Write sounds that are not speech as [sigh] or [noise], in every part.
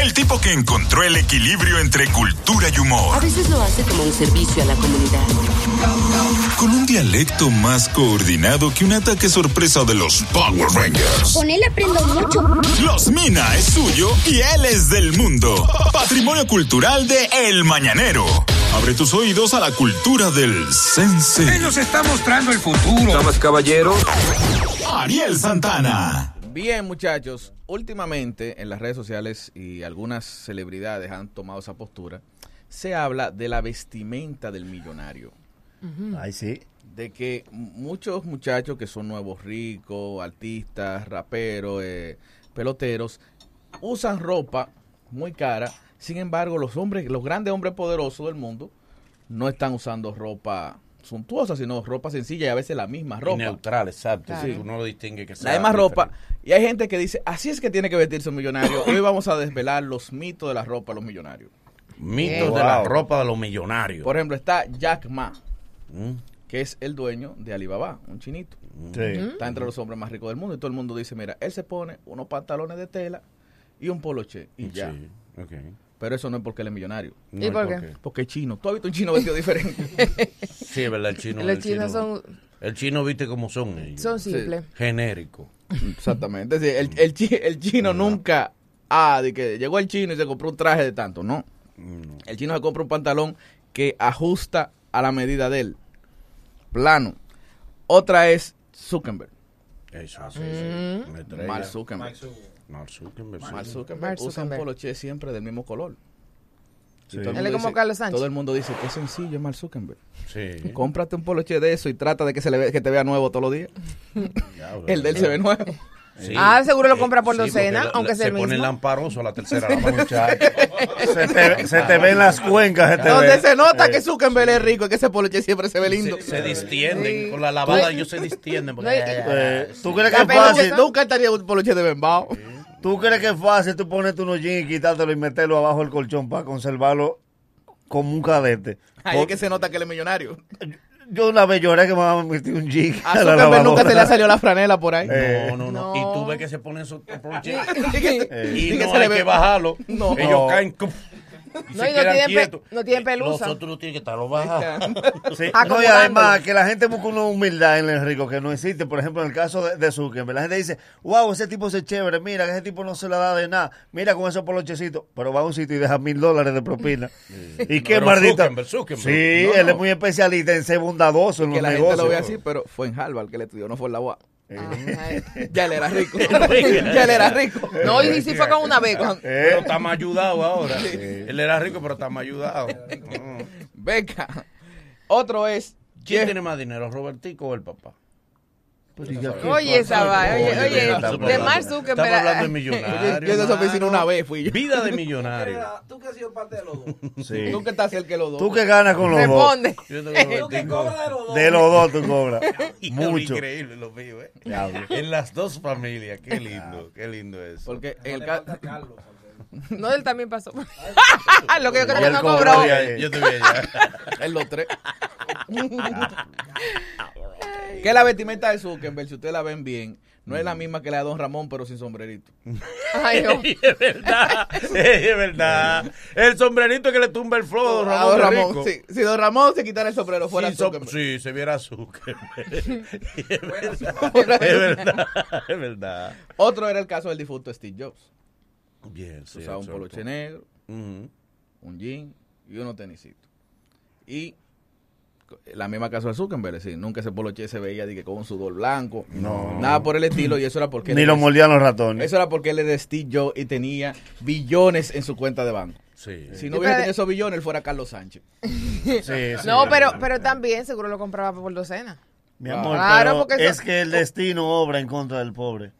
El tipo que encontró el equilibrio entre cultura y humor. A veces lo hace como un servicio a la comunidad. Con un dialecto más coordinado que un ataque sorpresa de los Power Rangers. Con él aprendo mucho. Los Mina es suyo y él es del mundo. Patrimonio cultural de El Mañanero. Abre tus oídos a la cultura del sense. Él nos está mostrando el futuro. Damas, caballeros. Ariel Santana. Bien, muchachos, últimamente en las redes sociales y algunas celebridades han tomado esa postura. Se habla de la vestimenta del millonario. Ay, sí. De que muchos muchachos que son nuevos ricos, artistas, raperos, eh, peloteros, usan ropa muy cara. Sin embargo, los hombres, los grandes hombres poderosos del mundo, no están usando ropa suntuosa, sino ropa sencilla y a veces la misma Y ropa. neutral, exacto. Claro. Tú no lo distingues que sea. la misma diferente. ropa. Y hay gente que dice, así es que tiene que vestirse un millonario. Hoy vamos a desvelar los mitos de la ropa de los millonarios. Mitos Wow. de la ropa de los millonarios. Por ejemplo, está Jack Ma, Mm, que es el dueño de Alibaba, un chinito. Sí. Está entre los hombres más ricos del mundo y todo el mundo dice, mira, él se pone unos pantalones de tela y un poloche y ya. sí, ok. Pero eso no es porque él es millonario, No ¿Y hay por qué? porque es chino. ¿Tú has visto un chino [laughs] vestido diferente? Sí, es verdad, el chino. Los el chinos chino- son- El chino viste como son ellos. Son simples. Genérico. Exactamente. Sí, el, el chi- el chino nunca... Ah, de que llegó el chino y se compró un traje de tanto, ¿no? Mm, El chino se compra un pantalón que ajusta a la medida de él. Plano. Otra es Zuckerberg. Eso, sí, Mm. sí. Una estrella. Mark Zuckerberg. Mark Zuckerberg, sí. Mark Zuckerberg Mark usa un Zuckerberg. poloche siempre del mismo color. Sí. Y todo el Él es mundo como dice- Carlos Sánchez. Todo el mundo dice que sencillo es Mark Zuckerberg. Sí. Cómprate un poloche de eso y trata de que se le ve- que te vea nuevo todos los días. Diablo, El de él se ve nuevo. Sí. Ah, seguro lo compra por porque docena, la- aunque la- sea se el pone mismo. lamparoso a la [laughs] tercera la muchacha. Se [laughs] te, se te ven las cuencas. Se [laughs] te Donde ven. se nota Eh, que Zuckerberg es rico, es que ese poloche siempre se ve lindo. se, se distienden con la lavada ellos se distienden porque- eh, ¿Tú crees que La es fácil? peluca. ¿Tú, Nunca estaría un poloche de Bembao. tú crees que es fácil tú ponerte unos jeans y quitártelo y meterlo abajo del colchón para conservarlo como un cadete? Ahí es Por- que se nota que él es [laughs] millonario. Yo una vez lloré que me había metido un jean A [laughs] a la Ah, Eh. Zuckerberg nunca se le ha lavadora. salido la franela por [laughs] ahí. no, no, no. No. Y tú ves que se ponen esos broches Eh, Sí y que no se le hay ve- [laughs] que bajarlo. No. Ellos No. caen. cum, y No, se y no quedan tienen pe- quietos. no tienen Eh, pelusa. Los otros tienen que estarlo bajando. [laughs] Sí. No, y Acomodándolo. además que la gente busca una humildad en el rico que no existe. Por ejemplo, en el caso de, de Zuckerberg, la gente dice, wow, ese tipo es chévere, mira, que ese tipo no se la da de nada, mira con esos polochecitos, pero va a un sitio y deja mil dólares de propina. y qué Pero maldito. Zuckerberg, Zuckerberg. Sí, No, él no. es muy especialista en ser bondadoso en que la los negocios. gente lo ve así, pero fue en Harvard que le estudió, no fue en la UA. Eh. [laughs] Ya él era [laughs] rico. Oiga. ya él era rico. Ah, No, y si fue con una beca. Eh. Pero está más ayudado ahora. Él era rico, pero está más ayudado. No. Beca. Otro es [laughs] ¿Quién Jeff- tiene más dinero, Robertico o el papá? pues, Pero, ¿y qué- Oye, esa vaina. Oye, Oye, oye, estamos de hablando- Mark Estamos hablando de Zuckerberg. Yo, millonarios. yo de esa oficina mano. una vez fui yo. Vida de millonario. [laughs] Tú que has sido parte de los dos. Sí. Tú que estás cerca de los dos. Tú que ganas con los eh, Responde. [laughs] Yo de Robertico. de los dos. De los dos tú cobras. Híjole, Mucho. Increíble lo mío, ¿eh? En las dos familias. Qué lindo, qué lindo es. Porque en el caso. No, él también pasó. [laughs] lo que yo creo Y que él no cobró. [laughs] cobró. Ya, Yo te voy allá. [laughs] En los [laughs] tres. que la vestimenta de Zuckerberg, si ustedes la ven bien, no es la misma que la de Don Ramón, pero sin sombrerito. Ay, no. es verdad, es verdad. El sombrerito que le tumba el flow a A Ah, Don Don Ramón. Ramón, sí. Si Don Ramón se quitara el sombrero, fuera sí, so- Zuckerberg. sí, se viera azúcar. es verdad, es verdad, es verdad. Otro era el caso del difunto Steve Jobs. Bien, sí. Usaba un sobre poloche todo. negro, Ujú. un jean y unos tenisitos. Y co- la misma caso de Zuckerberg, es decir, nunca ese poloche se veía de que con un sudor blanco, nada por el estilo, y eso era porque él Ni era- lo mordían los ratones. eso era porque él era Steve Jobs y tenía billones en su cuenta de banco. Sí. Si no Sí, hubiera pero- tenido esos billones, él fuera Carlos Sánchez. Sí, sí. No, pero, pero también seguro lo compraba por docena. [laughs] Mi amor, Claro, pero porque eso- es que el destino obra en contra del pobre.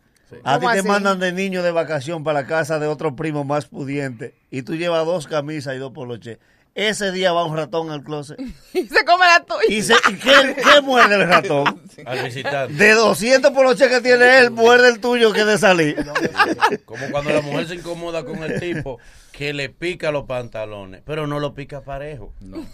A ti ¿Cómo te así? mandan de niño de vacación para la casa de otro primo más pudiente y tú llevas dos camisas y dos poloches. Ese día va un ratón al closet. Y se come la tuya. ¿Y, se, y qué, qué muerde el ratón? Al visitante. De 200 por los que tiene él, muerde el tuyo que de salir. Como cuando la mujer se incomoda con el tipo que le pica los pantalones, pero no lo pica parejo. No,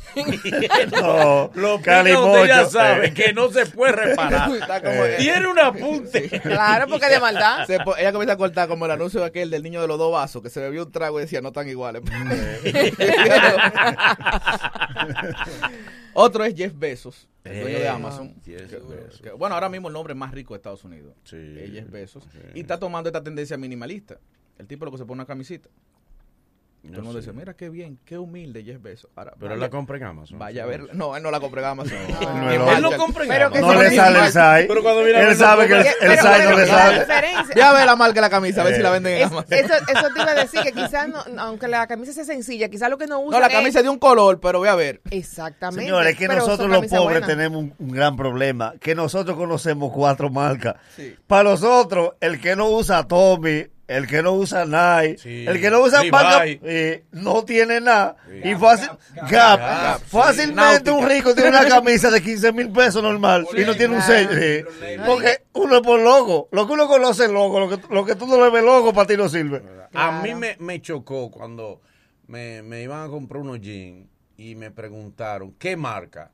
Lo pica calimocho. usted ya sabe que no se puede reparar. Está como- Tiene un apunte. [laughs] Claro, porque de [laughs] Ah. maldad. Se po- ella comienza a cortar como el anuncio aquel del niño de los dos vasos, que se bebió un trago y decía, no están iguales. [laughs] Mm. Otro es Jeff Bezos, el dueño de Eh, Amazon. Jeff Que- Bezos. que- bueno, ahora mismo el nombre más rico de Estados Unidos. Sí. es Jeff Bezos. Y está tomando esta tendencia minimalista. El tipo lo que se pone una camisita. Todo el mundo dice, mira qué bien, qué humilde Jeff Bezos. Ahora, Pero él vaya- la compra en Amazon. Vaya a ver. No, él no la compré [laughs] en Amazon. no lo- Él lo compra en Pero que No Amazon. se pone le sale el igual. SAI. Pero cuando viene a Él ver, no sabe que compra. el, Pero- el SAI no pero le la sale. diferencia- Ve a ver la marca de la camisa, a ver si Eh. la venden en Es- Amazon. eso, eso te iba a decir, que quizás, no, no, aunque la camisa sea sencilla, quizás lo que no usan No, la es- camisa es de un color, pero voy a ver. Exactamente. Señores, es que pero son nosotros los camisas pobres buenas. tenemos un, un gran problema, que nosotros conocemos cuatro marcas. Sí. Para nosotros, el que no usa Tommy, el que no usa Nike, Sí. el que no usa Levi. marca, eh, no tiene nada. Y fácil, Gap, Gap, sí. fácilmente un Náutica. rico tiene una camisa de 15 mil pesos normal y no tiene un claro. sello. sí. Porque uno es por loco. Lo que uno conoce es loco, lo que, lo que tú no le ves loco para ti no sirve. A mí me, me chocó cuando me, me iban a comprar unos jeans y me preguntaron, ¿qué marca?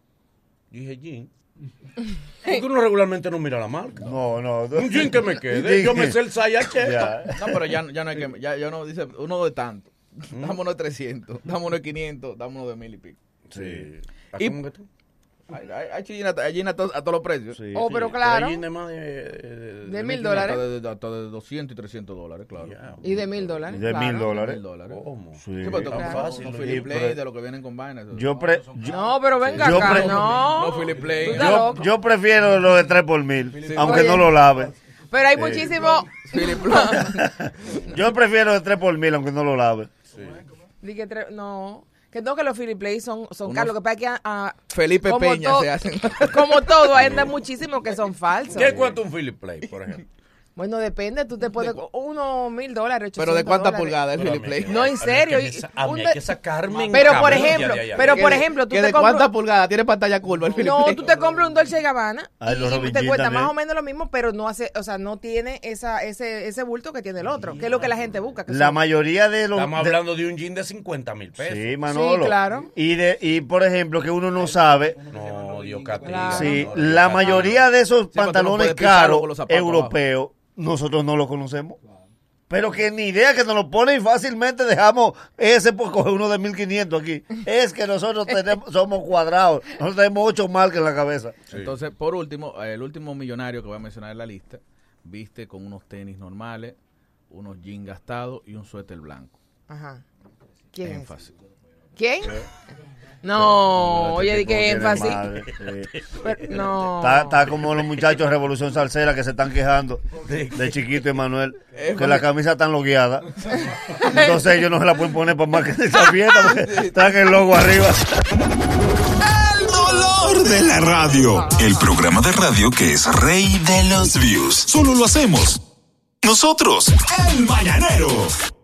Yo dije, [laughs] jean. Porque uno regularmente no mira la marca. No, no. Un jean que me [laughs] quede. Yo me sé el size H. [laughs] Ya. No, pero ya, ya no hay [laughs] que. Ya, ya no dice uno de tanto. Mm. Dámonos de 300, dámonos de 500, dámonos de mil y pico. Sí. Y- ¿Cómo que tú? Hay, hay, hay chillina, hay chillina a, to- a todos los precios. Sí. Oh, pero Sí, claro. hay jeans de más de, de- De mil Chillina hasta dólares. de- Hasta de 200 y 300 dólares, claro. Ya. Y de mil dólares. De claro. mil dólares. Mil dólares. ¿Cómo? Sí. Sí, pero te Tan compras fácil, unos lo Philip llevo, Play pero- de lo que vienen con vainas. Yo, pre- yo- No, pero venga Yo acá, pre- no. No, Philip Play. Tú no. estás yo, loco. yo prefiero lo de 3 por mil, aunque Oye. no lo lave. Pero Eh, hay muchísimo. Philip [laughs] Play. Yo prefiero de 3 por mil, aunque no lo lave. Di que tre- no. Que no, que los Philip Play son, son Unos- caros. Lo que pasa es que. ah, Felipe como Peña to- se hacen. [laughs] Como todo, hay muchísimos que son falsos. ¿Qué cuesta un Philip Play, por ejemplo? Bueno, depende. Tú te puedes. Uno mil dólares. Pero de cuántas 800 dólares. pulgadas el Philip Play. No, en serio. A mí hay que sa- a mí hay que sacarme en Pero, por cabeza ejemplo, de ahí, ahí. pero- Que por de- ejemplo, tú que te ¿De compras- cuántas pulgadas? Tiene pantalla curva el Philip No, Play. tú te compras un Dolce Gabbana Ay, y, los y Robin te Jean cuesta también. más o menos lo mismo, pero no hace, o sea, no tiene esa, ese, ese bulto que tiene el otro, que es lo que la gente busca. que La son- mayoría de los... Estamos de- hablando de un jean de 50 mil pesos. Sí, Manolo. Sí, claro. Y, de, y, por ejemplo, que uno no sabe, No, Dios castiga. Claro. sí, no, Dios la castiga. mayoría de esos pero tú no pantalones puedes pisarlo caros con los zapatos europeos, nosotros no los conocemos. Pero que ni idea que nos lo ponen y fácilmente dejamos ese por coger uno de 1500 aquí. Es que nosotros tenemos, somos cuadrados, nosotros tenemos ocho marcas en la cabeza. Entonces, por último, eh, el último millonario que voy a mencionar en la lista, viste con unos tenis normales, unos jeans gastados y un suéter blanco. Ajá. ¿Quién? es? Énfasis. ¿Quién? No, oye, di que Este tipo no énfasis. tiene madre, sí. Pero- [laughs] [laughs] no. Está, está como los muchachos de Revolución Salsera que se están quejando de chiquito Emanuel, que la camisa están logueada. Entonces ellos no se la pueden poner por más que se aprieta porque están el logo arriba. El dolor de la radio. El programa de radio que es rey de los views. Solo lo hacemos. Nosotros, el mañanero.